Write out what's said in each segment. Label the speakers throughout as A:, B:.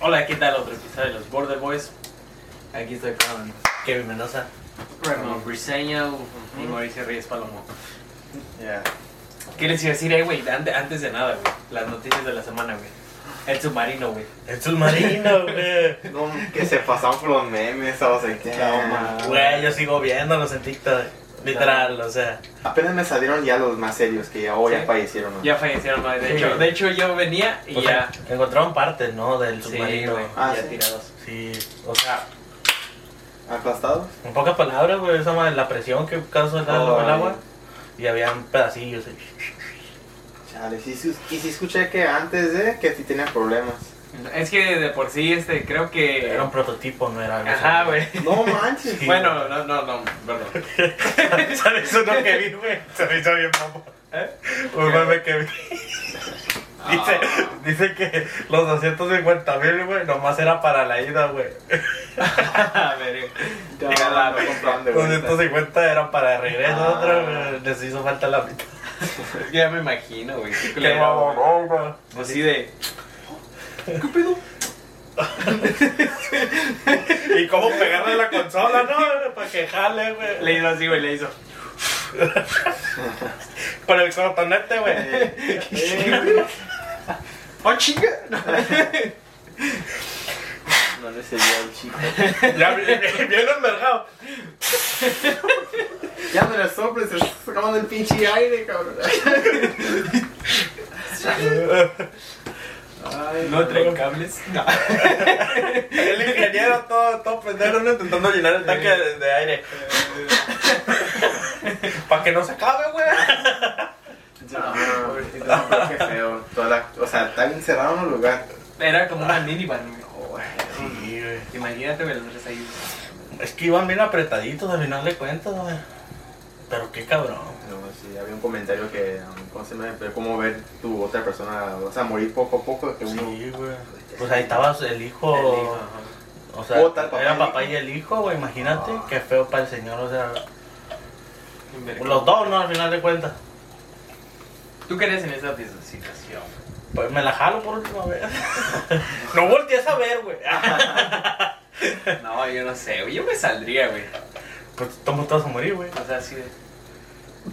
A: Hola, ¿qué tal? Otro episodio de los Border Boys.
B: Aquí estoy con Kevin Mendoza.
A: Ramón Briseño y Mauricio Reyes Palomo.
B: Ya.
A: ¿Qué les iba a decir, eh, güey? Ante- Antes de nada, güey. Las noticias de la semana, güey. El submarino, güey.
C: El submarino, güey.
D: No, que se pasaron por los memes, o sea, que-
C: Güey, yo sigo viéndolos en TikTok. Literal, o sea.
D: Apenas me salieron ya los más serios, que ya, oh, ya
A: Sí.
D: fallecieron, ¿no?
A: Ya fallecieron, ¿no? De
C: Sí,
A: hecho,
C: güey.
A: de hecho yo venía y
C: o
A: ya.
C: sea, encontraron partes, ¿no? Del
A: Sí,
C: submarino.
A: güey,
D: Ah,
A: ya
D: sí.
A: tirados.
C: Sí, o sea,
D: ¿Aplastados?
C: en pocas palabras, güey, esa madre, la presión que causa el,
D: Ay.
C: el agua. Y habían pedacillos. eh.
D: Chale, sí, sí, y sí escuché que antes de que sí tenían problemas.
A: Es que de por sí, este, creo que.
C: Era un prototipo, no era algo.
A: Ajá, güey.
D: No manches.
C: Sí.
A: Bueno, no, no, no, perdón.
C: ¿Sabes uno que vi, güey? Se me hizo bien, mamá.
A: ¿Eh? Ah.
C: Un meme que vi.
D: Ah,
C: Dice, dice que los 250 mil, güey, nomás era para la ida, güey.
A: A ver,
D: Ya,
A: Diga la
D: no
A: verdad.
D: compraban de vuelta.
C: 250 eran para regreso,
D: Ah.
C: otro, güey, les hizo falta la mitad.
A: es que ya me imagino, güey. Qué
C: Qué
A: culero, güey.
C: mamón, güey.
A: Así de.
D: ¿Qué pedo?
C: ¿Y cómo pegarle la consola, no? Para que jale, güey.
A: Le hizo así, güey, le hizo.
C: Por el cotonete, güey.
D: Eh,
A: ¡Oh, chinga!
D: No le seguía el chico.
C: Ya vi- bien envergado.
D: Ya no le soples, se está acabando el pinche aire, cabrón. Ay,
A: No trae cables. No.
C: El ingeniero todo, todo pendejo, ¿no? intentando llenar el tanque de, de aire. Para que no se acabe, güey.
D: No, pobrecito,
A: Ah.
D: no, pero qué feo. Toda la- o sea, está encerrado en un lugar.
A: Era como una minivan, güey.
C: Sí, güey.
A: Imagínate, güey, los ahí.
C: Es que iban bien apretaditos al final de cuentas, güey. Pero qué cabrón.
D: No, pues, sí, había un comentario que, um, ¿cómo se llama? Cómo ver tu otra persona, o sea, morir poco a poco, que uno...
C: Sí, güey. Pues ahí estaba el hijo.
A: El hijo, ajá.
C: O sea,
D: Puta, el papá y
C: era
D: el
C: papá
D: hijo.
C: y el hijo, güey. Imagínate
D: Ah.
C: qué feo para el señor, o sea.
A: Un verga.
C: Los dos, ¿no? Al final de cuentas.
A: ¿Tú qué eres en esa situación?
C: Pues me la jalo por última vez. no voltees a ver, güey.
A: güey? No, yo no sé, güey. Yo me saldría, güey.
C: Pues estamos todos a morir, güey.
A: O sea, así de.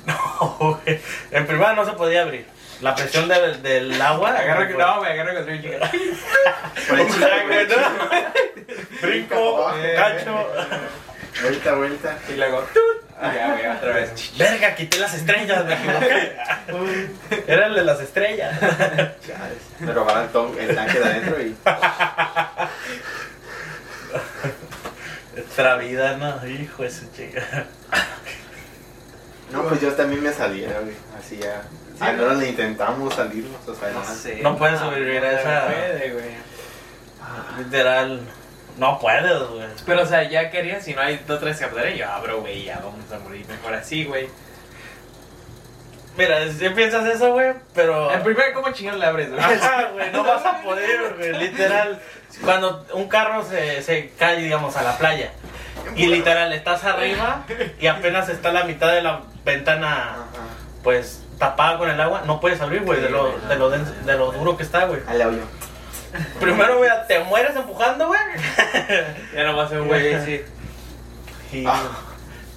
C: No, güey. En primera no se podía abrir. La presión del, del agua.
A: "Ah, Agarro que
C: güey,
A: no, güey, agarro que chinga.
D: Por el chico,
C: Ajá,
D: por el
C: güey, ¿no?
D: chico.
C: Pues, Brinco,
D: Eh,
C: cacho.
D: Vuelta, vuelta.
A: Y luego. ¡tut! Y Ya, güey, otra vez.
C: Verga, quité las estrellas, me equivoqué. Era el de las estrellas.
D: Chales, Me robaron el, ton- el tanque de adentro y...
C: Otra vida, no, hijo de su chica.
D: No, pues yo también me salía, güey. Así ya... Al menos le intentamos salirnos, o sea,
A: Ah, No
D: no
A: sé.
C: No puedes sobrevivir a esa-
A: No puede, güey.
C: Literal, no puedes, güey.
A: Pero, o sea, ya quería, si no hay dos, tres escapatorias, yo abro, güey, ya vamos a morir mejor así, güey.
C: Mira, si piensas eso, güey, pero.
A: El primer, ¿cómo chingados le abres, güey?
C: Oh. Ajá, güey, no vas a poder, güey, literal. Cuando un carro se, se cae, digamos, a la playa, y literal estás arriba y apenas está la mitad de la ventana,
D: Ajá.
C: pues tapada con el agua, no puedes abrir, güey, de lo, de lo, denso- de lo duro que está, güey.
D: Al audio.
C: Primero, güey, te mueres empujando, güey.
A: Ya nomás un güey así.
C: Y
D: Ah,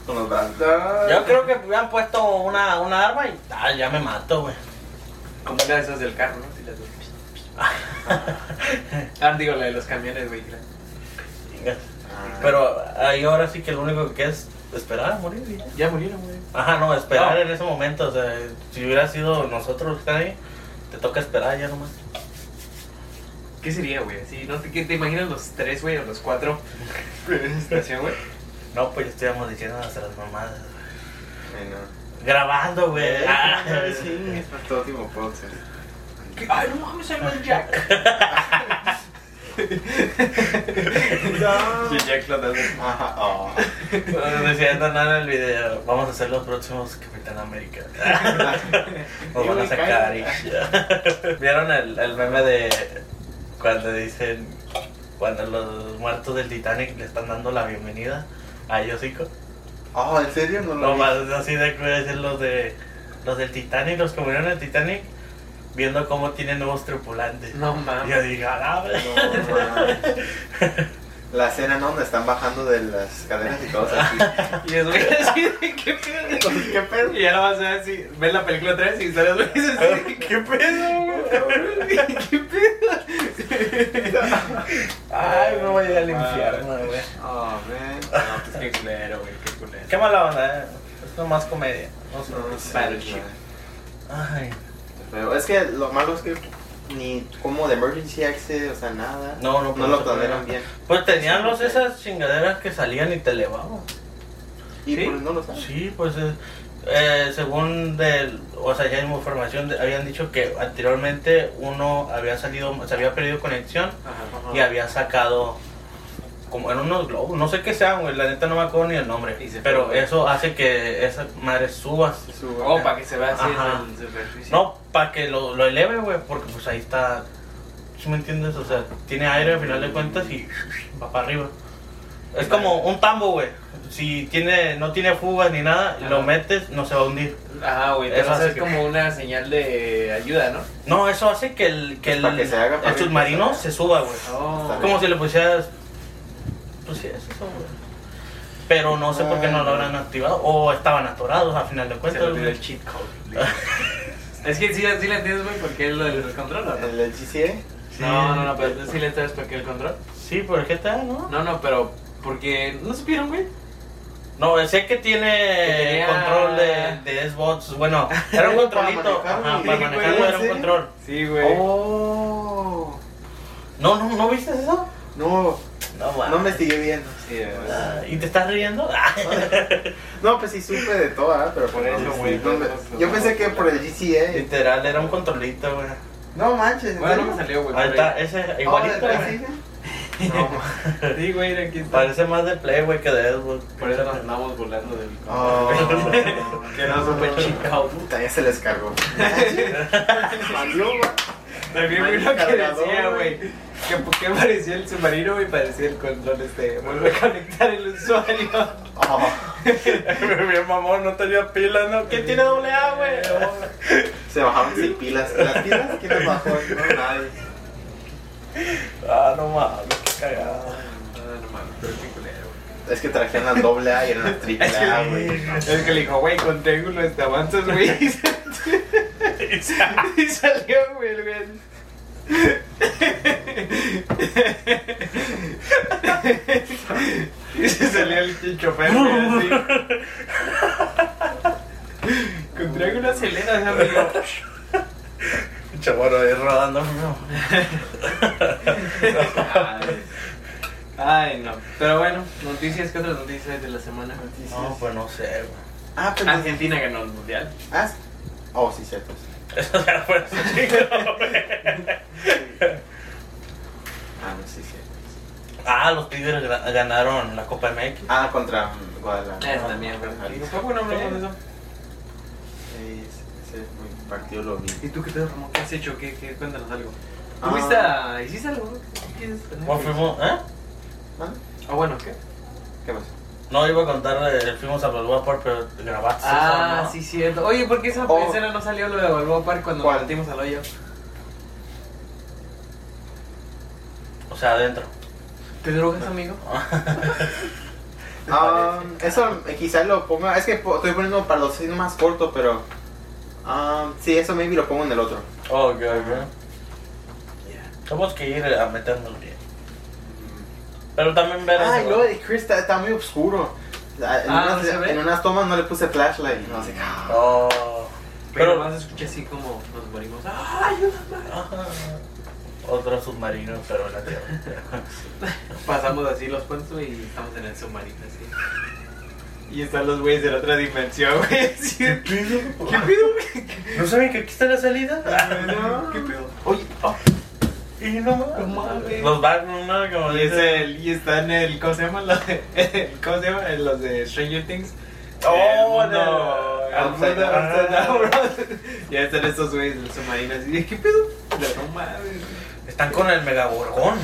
D: con los brazos. Ah.
C: yo creo que me han puesto una, una arma y ah, ya me mato, güey.
A: Como una de esas del carro, ¿no? Si las dos. Ah, digo, la de los camiones, güey. la-
D: Ah.
C: Pero ahí ahora sí que lo único que queda es esperar a morir. y ya.
A: Ya murieron, güey.
C: Ajá, no, esperar
A: No.
C: en ese momento. O sea, si hubiera sido nosotros los que están ahí, te toca esperar ya nomás.
A: ¿Qué sería, güey? Si no te, ¿qué te imaginas los tres, güey, o los cuatro en esa situación, güey.
C: No, pues ya estuviéramos diciendo nuestras mamadas.
D: Bueno. Eh,
C: Grabando, güey. Ah.
D: sí, es para todo último podcast.
A: ¿Qué? Ay, no mames, ahí va el Jack.
D: No.
A: Y el Jack lo da.
D: Ajá, oh.
C: Diciendo nada en el video. Vamos a hacer los próximos Capitán América. Nos van a sacar. y- ¿Vieron el, el meme de cuando dicen, cuando los muertos del Titanic le están dando la bienvenida a ellos cinco?
D: Oh, ¿en serio? No lo
C: No
D: vi.
C: más así de que voy a decir los de los del Titanic, los que murieron en el Titanic, viendo cómo tiene nuevos tripulantes.
A: No
C: Y
A: mames.
C: yo dije, "A la verga".
D: No, mames. La escena, ¿no? Donde están bajando de las cadenas y todos así.
A: Y es güey así de qué pedo.
D: ¿Qué pedo?
A: Y ya la vas a ver así. Ves la película otra vez y sales güey así. de, ¿Qué pedo, güey? ¿Qué pedo?
C: Ay, me voy a ir al
A: No mames.
C: infierno, güey.
A: Oh, man. No, pues qué culero, güey. Qué culero.
C: Qué mala onda, eh. Es nomás comedia. No sé.
D: No sé,
A: Battleship.
D: güey.
C: Ay.
D: Pero es que lo malo es que ni como de emergency access, o sea, nada.
C: No, no,
D: no
C: se
D: lo
C: puede.
D: planearon bien.
C: Pues tenían los, esas chingaderas que salían y te elevaban.
D: Y
A: ¿Sí?
D: pues no lo saben.
C: Sí, pues eh, eh, según del, o sea, ya hay información, de- habían dicho que anteriormente uno había salido, se había perdido conexión
A: Ajá.
C: y había sacado como en unos globos, no sé qué sean, güey, la neta no me acuerdo ni el nombre,
A: Y se
C: pero
A: fue.
C: eso hace que esas madres subas.
D: Su-
A: Oh, para que se vea así
C: Ajá.
A: en la superficie.
C: No, para que lo, lo eleve, güey, porque pues ahí está, ¿sí me entiendes? O sea, tiene aire al final de cuentas y va para arriba. Es como un tambo, güey. Si tiene, no tiene fugas ni nada,
A: Ajá.
C: lo metes, no se va a hundir.
A: Ajá, güey.
C: Eso
A: Entonces
C: hace
A: es
C: que-
A: como una señal de ayuda, ¿no?
C: No, eso hace que el, que
D: Pues para
C: el,
D: que se haga Ah, para
C: el
D: que
C: submarino
D: se
C: se suba, güey.
A: Oh.
C: Como si le pusieras... Pues sí, es eso, güey. Pero no sé por qué no lo habrán activado. O estaban atorados, a final de
A: Se
C: cuentas.
A: le olvidó
C: güey.
A: el cheat code. es que sí, sí la entiendes, güey, porque es lo del control, ¿o no?
D: El del GCA.
C: Sí.
A: No, no, no, pero tú sí le entiendes por qué el control.
C: Sí, pero ¿qué tal, no?
A: No, no, pero porque no supieron, güey.
C: No, sé que tiene
A: tenía-
C: control de, de Xbox. Bueno, era un
D: Para
C: controlito.
D: manejar,
C: Ajá,
D: güey.
C: para
D: Sí,
C: manejarlo
D: güey,
C: era un
D: sí.
C: control.
A: Sí,
D: Oh.
C: No, no, ¿no viste eso?
D: No,
C: No,
D: no me sigue viendo.
A: Sí, güey.
C: Ah, ¿Y te estás riendo? Ah,
D: No, pues sí supe de todo, ¿ah? pero por
A: Por
D: eso,
A: eso, güey,
D: no me-
A: por eso.
D: Yo pensé que por el GCA.
C: Literal, era un controlito, güey.
D: No manches. ¿en
A: Bueno, no
D: serio?
A: me salió, Pues, güey.
C: Ahí
A: pero-
C: está, ese
D: Oh,
C: igualito, eh.
D: ¿del
C: güey.
D: PlayStation? No, ma-
A: Sí, güey, mira, aquí está.
C: Parece más de Play, güey, que de Xbox.
A: Por eso nos andamos burlando del
D: Oh.
A: que no supe el cheat code.
D: Puta, ya se les cargó. Valió, güey.
A: También vi lo que
D: Cargador,
A: decía,
D: güey.
A: güey. Que por qué parecía el submarino, güey, parecía el control este. Vuelve a conectar el usuario.
D: Oh,
C: Mi mamón no tenía pila, ¿no? ¿Quién tiene doble A, güey?
D: se bajaron sin pilas. ¿Las pilas? ¿Quién las bajó? No, nadie.
C: Ah, no mames, qué cagada.
A: No, no mames, pero qué culero, güey.
D: Es que trajeron las doble A y eran las triple A, güey.
A: Es que le dijo, güey, con triángulo te avanzas, güey. Y se- y salió, güey, el güey. Y se salió el chofer, güey, así. Con triángulo aceleras, amigo.
C: Chaval, ahí rodando, no.
A: Ay, no. Pero bueno, noticias, ¿qué otras noticias hay de la semana?
C: No, pues no sé, güey.
D: Ah, pero.
A: Argentina ganó el mundial.
D: Ah, sí. Oh, sí, cierto.
C: Eso ya fue su chico, güey.
D: Ah, no, sí, cierto.
C: Ah, los Tigres gra- ganaron la Copa MX.
D: Ah, contra mm, Guadalajara.
A: Esa mierda. ¿Cómo Ah, no hablamos de eso?
D: Sí, ese- ese fue un partido lo vi.
A: ¿Y tú qué pedo, Ramón? ¿Qué has hecho? ¿Qué, qué? Cuéntanos algo.
D: Ah.
A: ¿Tú fuiste a... ¿Hiciste algo? ¿Qué quieres tener?
C: Bueno, fuimos, ¿eh?
D: ¿Ah?
A: Ah, bueno, ¿qué?
D: ¿Qué pasó?
C: No, iba a contar, eh, fuimos a Balboa Park, pero grabaste.
A: Ah,
C: eso, ¿no?
A: sí, cierto. Oye, ¿por qué esa
D: Oh.
A: escena no salió lo de Balboa Park cuando
D: ¿Cuál?
A: partimos al hoyo?
C: O sea, adentro.
A: ¿Te drogas, amigo?
D: Ah, eso eh, quizá lo ponga. Es que po- estoy poniendo para los signos más corto, pero. ah, sí, eso maybe lo pongo en el otro.
C: Oh, ok, ok. Tenemos que ir a meternos bien. Pero también ver
D: Ay,
C: eso,
D: lo
C: güey.
D: de Chris está, está muy oscuro. Ah, En,
A: Ah,
D: unas,
A: ¿no se ve?
D: en unas tomas no le puse flashlight. No sé. ah.
C: Oh,
A: Pero
C: pero.
A: más escuché así como nos morimos. ¡Ay, ayúdame!
C: Ajá. ah, Otro submarino, pero en la tierra.
A: Pasamos así los puentes güey, y estamos en el submarino así. Y están los güeyes de la otra dimensión, güey. así. ¿Qué
C: pedo?
A: pedo, güey?
C: ¿No saben que aquí está la salida? Ah,
A: ¿Qué pedo? Oye, oh,
C: Y no
A: No mames.
C: Los Batman, ¿no? Como
A: Y, es
C: dice.
A: el, y está en el. ¿Cómo se llama? Lo de- el- ¿Cómo se llama? En Los de Stranger Things.
C: Oh,
A: el mundo,
C: del-
A: el mundo
D: Upside down.
A: upside down, bro. Ya están estos güeyes del submarino así. de, ¿Qué pedo? La no mames.
C: Están con el megaborgón.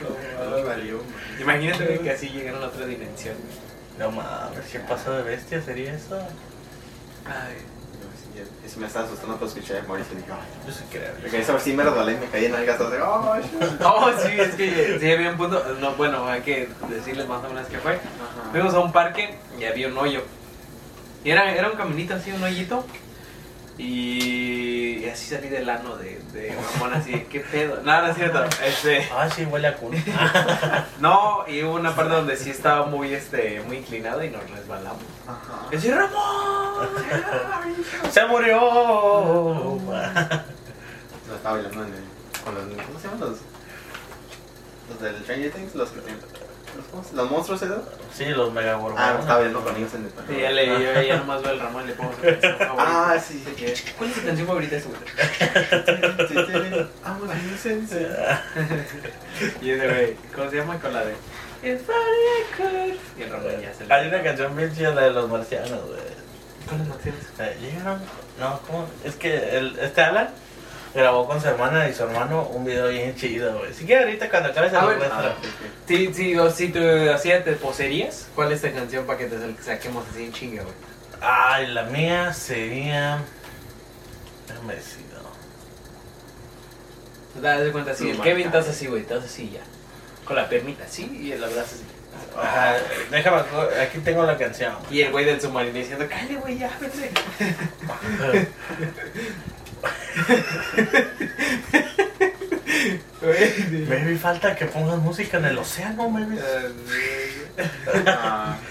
D: No, valió.
A: Imagínate güey, que así llegaron a otra dimensión.
C: No mames, ¿qué pasa de bestia sería eso?
A: Ay,
D: Y yo- y sí me estaba asustando cuando escuché a Morris y dije, ay.
C: Yo sí creo.
D: Porque esa vez sí me resbalé y me caí en el gato de, oh, shit".
A: No, sí, es que sí había un punto. No, bueno, hay que decirles más o menos qué fue. Fuimos a un parque y había un hoyo. Y era, era un caminito así, un hoyito. Y, y así salí del ano de, de mamón, así, qué pedo. No, no es cierto. Este,
C: Ah, sí, huele a culo.
A: no, y hubo una parte donde sí estaba muy, este, muy inclinado y nos resbalamos.
D: Ajá.
A: Y así, Ramón.
C: ¡Se murió!
D: Lo estaba bailando en el- con los. ¿Cómo se llaman los? Los del Stranger Things, los que tienen. los- ¿cómo se- ¿Los monstruos esos?
C: Sí, los megaborbones.
D: Ah, lo estaba bailando con ellos en el parque.
A: Y ya le, yo ya nomás veo el Ramón y le pongo su canción favorita.
D: Ah, sí.
A: ¿Cuál es tu canción favorita de su güey?
D: Amo la inocencia.
A: Y ese güey, ¿cómo se llama? Con la de It's very good. Y el Ramón ya se le.
C: Hay una canción bien chida, la de los marcianos, güey.
A: ¿Cuál es la tienes?
C: Eh, Llegaron. No, ¿cómo? Es que el, este Alan grabó con su hermana y su hermano un video bien chido, güey. Si quieres, ahorita cuando acabes
A: A
C: se lo
A: ver.
D: Ah,
C: muestro.
A: Sí, sí, o si tú hacías te poseerías, ¿cuál es la canción para que te sal- saquemos así en chinga, güey?
C: Ay, la mía sería. Déjame decir, no.
A: Te das de cuenta así, el
D: Pluma
A: Kevin
D: cara.
A: estás así, güey, estás así ya. Con la permita así y el abrazo así.
C: Ajá, déjame, acu- aquí tengo la canción.
A: Y el güey del submarino diciendo, cállate, güey, ya, vete. Güey, sí.
C: Maybe falta que pongas música en el océano, maybe.
A: Eh.
D: Ah,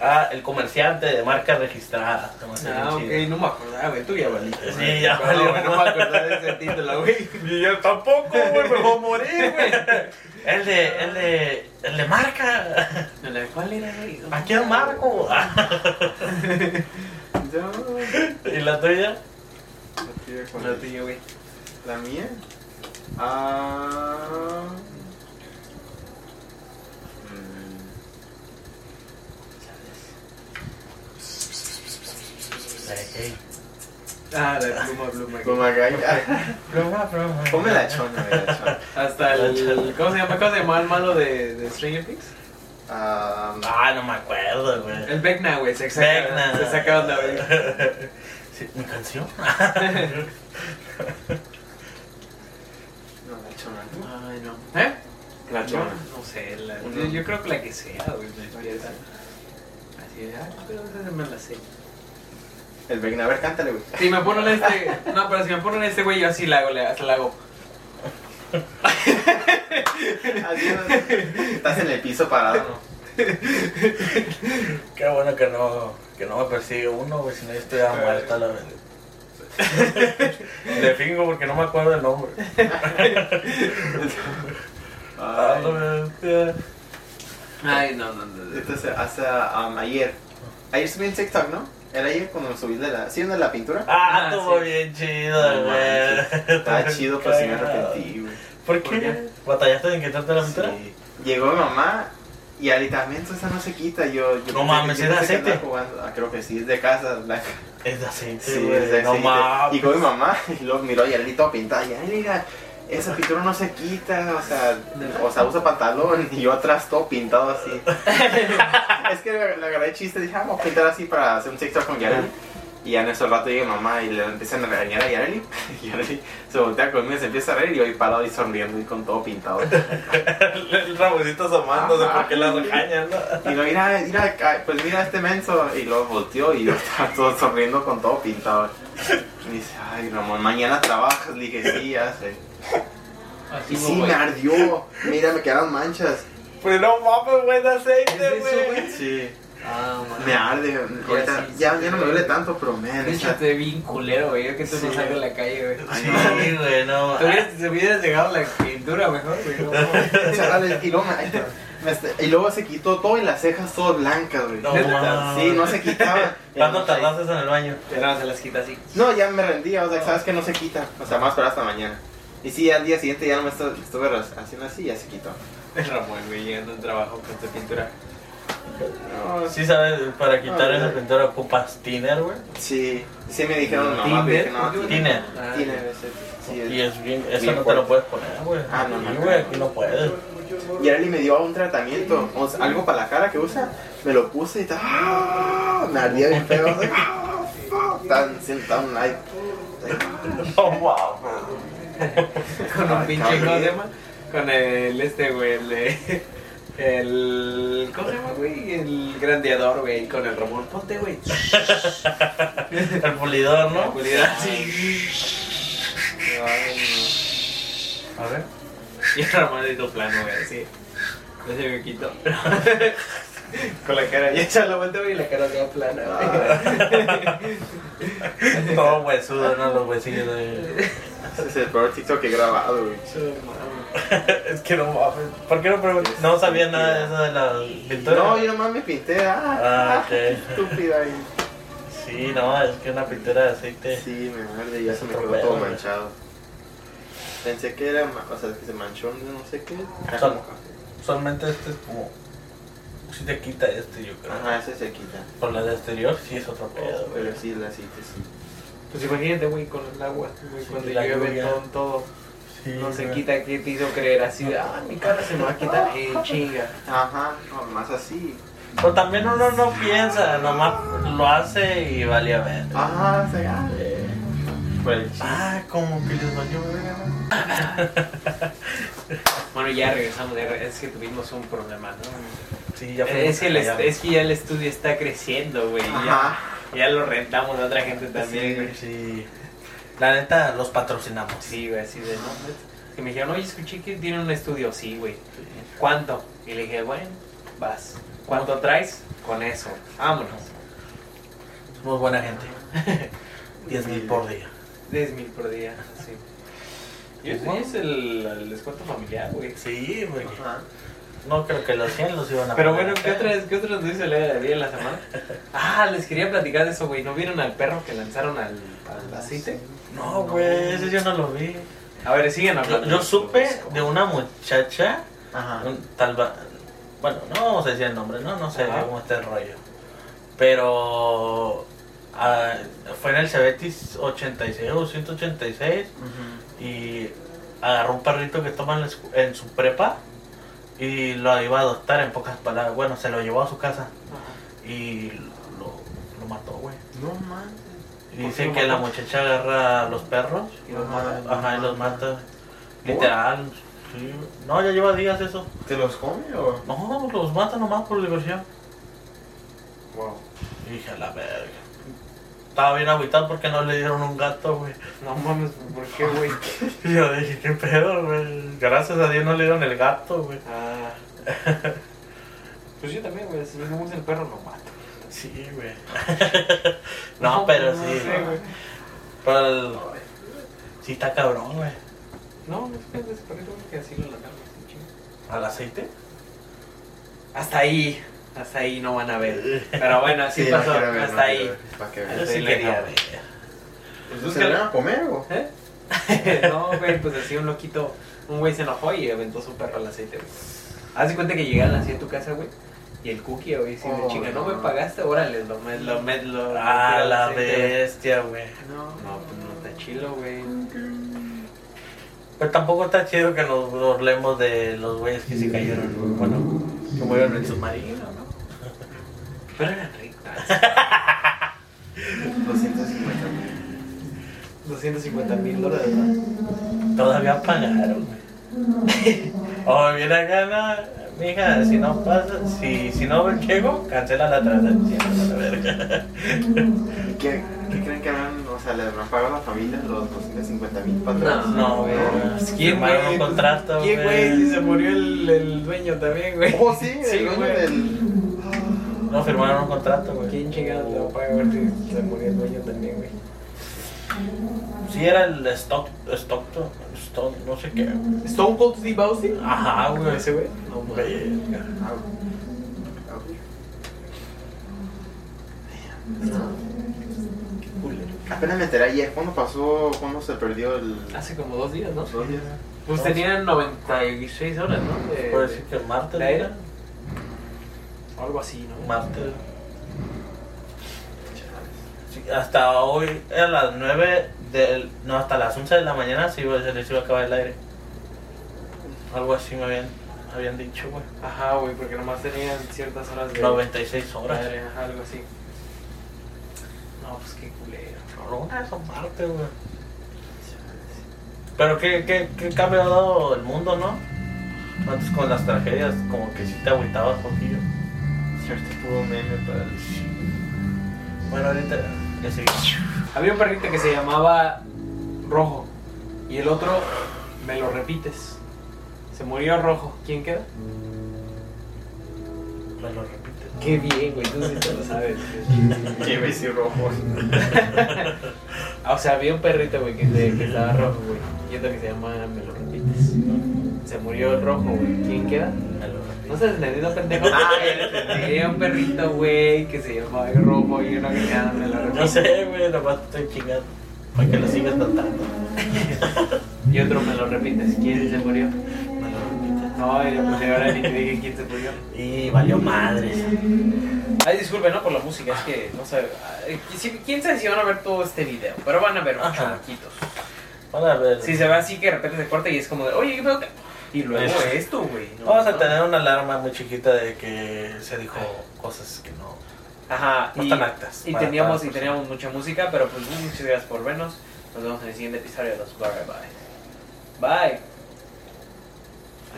C: Ah, el comerciante de marca registrada. Se me hace
A: Ah, ok,
C: bien chido.
A: no me acordaba, güey, tú ya valiste.
C: Sí,
A: güey.
C: ya
A: No,
C: valió.
A: güey, No me acordaba de ese título, güey.
C: Y yo tampoco, güey, me voy a morir, güey. El de, el de, el de marca.
A: ¿Cuál era, güey?
C: Aquí es Marco.
D: yo-
C: ¿Y la tuya?
A: No, tú y yo, güey.
D: La mía. Ah. mm,
A: Ah, la pluma, pluma.
D: Como
A: güey.
D: acá. ah, Ponme la chona, güey, la chona.
A: Hasta el. ¿Cómo se llama? ¿Cómo se llamaba el malo de, de Stranger Things?
D: Ah,
C: Ah, no me acuerdo, güey.
A: El Vecna, güey. Se saca,
C: Vecna.
A: Se saca onda, güey.
C: Sí, ¿Mi canción?
D: no, la chona. ¿no?
A: Ay, no. ¿Eh?
D: La chona.
A: No sé, la-
D: Uno.
A: yo, yo creo que la que sea, güey. me empieza. Así de, ah, pero esa se me la sé.
D: El Vegna, a ver, cántale, güey.
A: Si me ponen este. No, pero si me ponen este, güey, yo así la hago, le, se la hago.
D: Adiós. Estás en el piso parado, Ah, ¿no?
C: Qué bueno que no, que no me persigue uno, güey, si no yo estuviera muerta la verdad. Le fingo porque no me acuerdo el nombre. Ah, no me-
A: Ay, no, no, no. no.
D: Entonces, hasta um, ayer. Ayer subí en TikTok, ¿no? Era ayer cuando subí de la. ¿Sí, de la pintura?
A: Ah,
C: Ah, estuvo
A: sí.
C: bien
D: No
C: chido, güey.
D: manches, Estaba Ah, chido, pero sí me arrepentí, güey.
C: ¿Por
A: ¿Por qué?
C: qué? ¿Batallaste en quitarte la pintura?
D: Sí. Llegó mi mamá y al aditamento esa no se quita. Yo, yo pensé que-
C: mames,
D: yo
C: ¿es de
D: pensé que
C: aceite?
D: andaba jugando. Ah, creo que sí, es de casa. la-
C: Es de aceite,
D: Sí,
C: güey.
D: es de
C: no
D: aceite. Y
C: mames.
D: con mi mamá, y luego miró y al todo pintado. Y ay, mira, esa pintura no se quita. O sea, o sea, usa pantalón y yo atrás todo pintado así. es que le, le agarré el chiste. Dije, ah, vamos a pintar así para hacer un TikTok con Yareli. Y ya en ese rato llega mi mamá y le empiezan a regañar a Yareli. Y Yareli se voltea conmigo y se empieza a reír. Y yo ahí parado y sonriendo y con todo pintado.
C: El, el Ramoncito asomándose
D: Ajá.
C: porque la regañan, ¿no?
D: Y lo mira, mira, ah, pues mira este menso. Y lo volteó y yo estaba todo sonriendo con todo pintado. Y dice, ay Ramón, mañana trabajas. Le dije, sí, ya sé.
A: Así
D: Y
A: no,
D: sí,
A: güey.
D: me ardió. Mira, me quedaron manchas.
C: Pues no mames, güey, de aceite,
A: ¿Es eso, güey?
D: Sí.
A: Ah, man.
D: Me arde. Ahorita,
A: sí,
D: ya,
A: sí,
D: ya no me duele tanto, pero man.
A: Es que
D: esa-
A: te vi culero, güey. Yo que tú no
D: Sí.
A: salgo en la calle, güey. Ah, Te
D: Ay,
C: Sí, güey, no.
A: hubieras, te hubieras llegado a la pintura mejor, güey. no, güey.
D: Chale, Y luego, me- ay, me este- y luego se quitó todo y las cejas todas blancas, güey.
C: No mames.
D: Sí, no se quitaba.
C: ¿Cuánto tardaste en el baño?
A: Pero se las quita así.
D: No, ya me rendía, o sea, sabes que no se quita. O sea, más para hasta mañana. Y sí, al día siguiente ya no me estu- estuve ras- haciendo así y ya se quitó.
A: El Ramón, güey, llegando al trabajo con tu pintura.
D: No, sí,
C: Sí, sabes, para quitar
D: Ah,
C: esa
D: güey.
C: pintura ocupas tiner, güey.
D: sí, sí me dijeron no, mamá,
A: Tinder,
D: pero dije no,
A: ¿por qué?
D: tiene,
C: Tiner.
A: Ah,
D: tiene, sí,
C: Y es bien, eso
D: Bien
C: no te
D: fuerte.
C: lo puedes poner, güey.
D: Ah, no,
C: Sí,
D: no,
C: güey,
D: no.
C: aquí no puedes.
D: Y Arely me dio un tratamiento, o sea, algo para la cara que usa, me lo puse y tal. ¡ah! Me ardía bien feo. así, ¡ah, fuck! Tan, sin- tan light.
C: Oh, wow.
A: Con un
D: Ay,
A: pinche,
D: cabrón.
A: ¿cómo se llama? Con el, este, güey, el, eh, el, ¿cómo se llama, güey? El grandeador, güey, con el Ramón Ponte, güey.
C: El pulidor,
A: La
C: ¿no?
A: pulida, sí.
C: A ver.
A: Y el Ramóncito plano, güey, así. Ese huequito. Con la cara ya hecha la vuelta, güey, y la cara toda plana, güey.
C: Todo huesudo, ¿no? Los huesillos de...
D: Ese es el peor TikTok que he grabado, güey.
C: Es que no mames. ¿Por qué no pregunté? No sabía nada de eso de la pintura.
D: No, yo nomás me pinté. ¡Ah!
C: Ah, ok.
D: qué estúpida! Y,
C: Sí, no, es que una pintura de aceite.
D: sí, me muerde y ya se me
C: Otro
D: quedó
C: pedo,
D: todo
C: güey.
D: manchado. Pensé que era, ma- o sea, que se manchó de no sé qué. Era
C: Son-
D: como café.
C: Solamente este es como. Si te quita este, yo creo.
D: Ajá, ese se quita.
C: Por la de exterior, sí es otro pedo, güey.
D: Pero sí, la cita sí.
A: Pues imagínate, güey, con el agua, güey,
C: Sí,
A: cuando
C: la
A: llueve
C: lluvia.
A: todo, todo.
C: Sí,
A: No se
C: güey.
A: quita que te hizo creer así, ah, mi cara se me va a quitar en chinga.
D: Ajá, nomás así.
C: Pero también uno no piensa, nomás lo hace y vale a ver.
D: Ajá, o sea, Pues, ah, Por el chiste.
C: Ah, como que les valió verga.
A: Bueno, ya regresamos, ya re- es que tuvimos un problema, ¿no?
C: Sí, ya fue.
A: Es que, el est- es que ya el estudio está creciendo, güey. Ya,
D: Ajá.
A: ya lo rentamos a otra gente también, güey.
C: Sí, sí. La neta, los patrocinamos.
A: Sí, güey, así de, no, pues, que me dijeron, oye, escuché que tienen un estudio, sí, güey. ¿Cuánto? Y le dije, bueno, vas. ¿Cuánto traes? Con eso. Vámonos.
C: Somos buena gente. 10 mil por día.
A: 10 mil por día, sí. Y eso ya es el, el descuento familiar, güey.
C: Sí, güey.
D: Ajá.
C: No creo que los 100 los iban a
A: Pero
C: pagar.
A: bueno, ¿qué otras, ¿qué otras noticias le daría en la semana? Ah, les quería platicar de eso, güey. ¿No vieron al perro que lanzaron al, al aceite?
C: No, Ah, pues, güey, ese yo no lo vi.
A: A ver, siguen
C: Yo,
A: hablando. Pues,
C: yo supe de una muchacha,
D: Ajá.
C: un tal va- bueno, no vamos a decir el nombre, no, no sé
A: Ajá.
C: cómo está el rollo. Pero ah, fue en el Cebetis 86 o 186 y agarró un perrito que toma en, la escu- en su prepa y lo iba a adoptar en pocas palabras. Bueno, se lo llevó a su casa
A: Ajá.
C: y lo, lo mató, güey.
D: No mames.
C: Y
A: ¿Por qué
C: Dicen
A: lo
C: que la
A: mató?
C: muchacha agarra a los perros
A: Y los
D: Ajá.
A: matan.
C: Ajá, y los mata. Literal. Sí. No, ya lleva días eso.
D: ¿Te los come o?
C: No, los mata nomás por diversión.
D: Wow.
C: Y dije, a la verga. Estaba bien agüitado porque no le dieron un gato, güey.
A: No mames, ¿por qué, güey?
C: Y yo dije, qué pedo, güey. Gracias a Dios no le dieron el gato, güey.
A: Ah. Pues yo también, güey. Si no me gusta el perro, lo mato.
C: Sí, güey. no, pero
A: no
C: sí.
A: sé, güey.
C: pero el- sí está cabrón, güey.
A: No, es que es perrito, güey, que así lo lanzaron. así, chingo.
C: ¿Al aceite?
A: Hasta ahí. Hasta ahí no van a ver. Pero bueno, así pasó. Hasta ahí.
D: Para que
A: Yo
D: veas.
A: sí
C: Sí,
A: quería
C: quería
A: ver.
C: ver.
A: Pues
D: ¿Se lo iban a comer o?
A: ¿Eh? no, güey, pues así un loquito, un güey se enojó y aventó su perro al aceite, güey. Haz de cuenta que llegaron así a tu casa, güey. Y el cookie, güey, sí, de
D: Oh,
A: chinga, no
D: no.
A: me pagaste, órale, lo med, lo med, lo.
C: Ah,
A: lo-
C: la
A: aceite, güey.
C: bestia, güey.
D: No.
A: No, pues no está chilo, güey.
C: Pero tampoco está chido que nos burlemos de los güeyes que se cayeron, güey. Bueno, que murieron en el submarino, ¿no?
A: Pero eran ricas.
D: 250 mil.
A: 250 mil dólares, ¿no?
C: Todavía pagaron, güey. O mira, gana, mija, si no pasa, si, si no llego, cancela la transacción, a la verga.
D: ¿Qué, ¿Qué creen que habrán, o sea, le habrán pagado a la familia los 250 mil para atrás?
C: No, güey.
A: Pues, ¿Quién,
C: Firmaron
A: güey?
C: un contrato,
A: ¿Quién,
C: güey?
A: güey? Si se murió el, el dueño también, güey.
D: Oh, sí,
A: Sí,
D: el dueño
A: güey.
D: del.
C: No firmaron un contrato, güey.
A: ¿Quién chingado te va a pagar si se murió el dueño también, güey?
C: Sí, era el stock, Stockton, Stock, no sé qué. güey.
A: ¿Stone Cold Steve Austin?
C: Ajá, güey.
A: Ah, Ese, güey. No, güey.
C: Verga.
D: Ah, ah,
A: Qué culero.
D: Apenas me enteré ayer. ¿Cuándo pasó? ¿Cuándo se perdió el.?
A: Hace como dos días, ¿no?
D: los dos días?
A: Pues tenían 96 horas, ¿no? De-
C: Puede decir que el martes,
A: ¿La era?
C: ¿no?
A: Algo así, ¿no?
C: Martes. Sí, hasta hoy, a las 9 del. No, hasta las 11 de la mañana se, iba, se les iba a acabar el aire. Algo así me habían, habían dicho, güey.
A: Ajá, güey, porque nomás tenían ciertas horas de...
C: 96 horas.
A: Madre, ajá, algo así. No, pues qué culero.
C: Rolas son parte, güey. Pero qué, qué, qué cambio ha dado el mundo, ¿no? Antes con las tragedias, como que sí te agüitabas poquillo.
B: Cierto, puro meme para el
C: Bueno, ahorita ya seguimos.
A: Había un perrito que se llamaba Rojo y el otro, me lo repites. Se murió Rojo. ¿Quién queda?
C: Me lo repites.
A: Qué bien, güey, tú sí te lo sabes.
D: Qué bici rojo.
A: Ah, o sea, había un perrito, güey, que, se- que estaba rojo, güey. Y otro que se llama Me lo repites. Se murió el rojo, güey. ¿Quién queda?
C: Me lo
A: No
C: repites.
A: se entendido, pendejo.
D: Ah, ya lo entendí.
A: Había un perrito, güey, que se llamaba Rojo y uno que se llama Me lo repites.
C: No sé, güey, nomás te estoy chingando. Para que lo sigas contando.
A: Y otro me lo repites, ¿quién se murió?
C: Me lo repites.
A: No, y pues ahora ni te dije quién se murió.
C: Y valió madre.
A: Ay, disculpen, ¿no? Por la música, es que no sé. ay, si- ¿Quién sabe si van a ver todo este video? Pero van a ver muchos
C: Ajá.
A: poquitos.
C: Van a ver.
A: Si se ve así que de repente se corta y es como de, oye, ¿qué pedo? Y luego
C: Eso.
A: esto, güey. ¿no?
C: Vamos a tener una alarma muy chiquita de que se dijo cosas que no.
A: Ajá,
C: No
A: y,
C: están actas.
A: y
C: para
A: teníamos,
C: cada
A: y
C: persona.
A: teníamos mucha música, pero pues muchas gracias por vernos. Nos vemos en el siguiente episodio de los Bye Bye. Bye.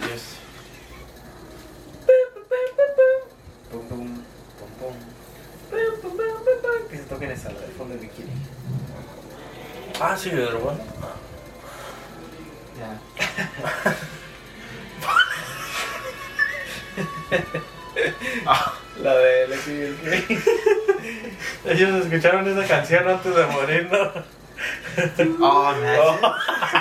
B: Adiós.
A: Pum, pum, pum, pum. Pum, pum, pum, pum, pum. Que se toquen esa, la del fondo de bikini.
C: Ah, sí, pero bueno.
B: Ya.
A: La de Lexi y el Kevin. Ah,
C: Ellos escucharon esa canción antes de morir, ¿no?
D: Oh, nice.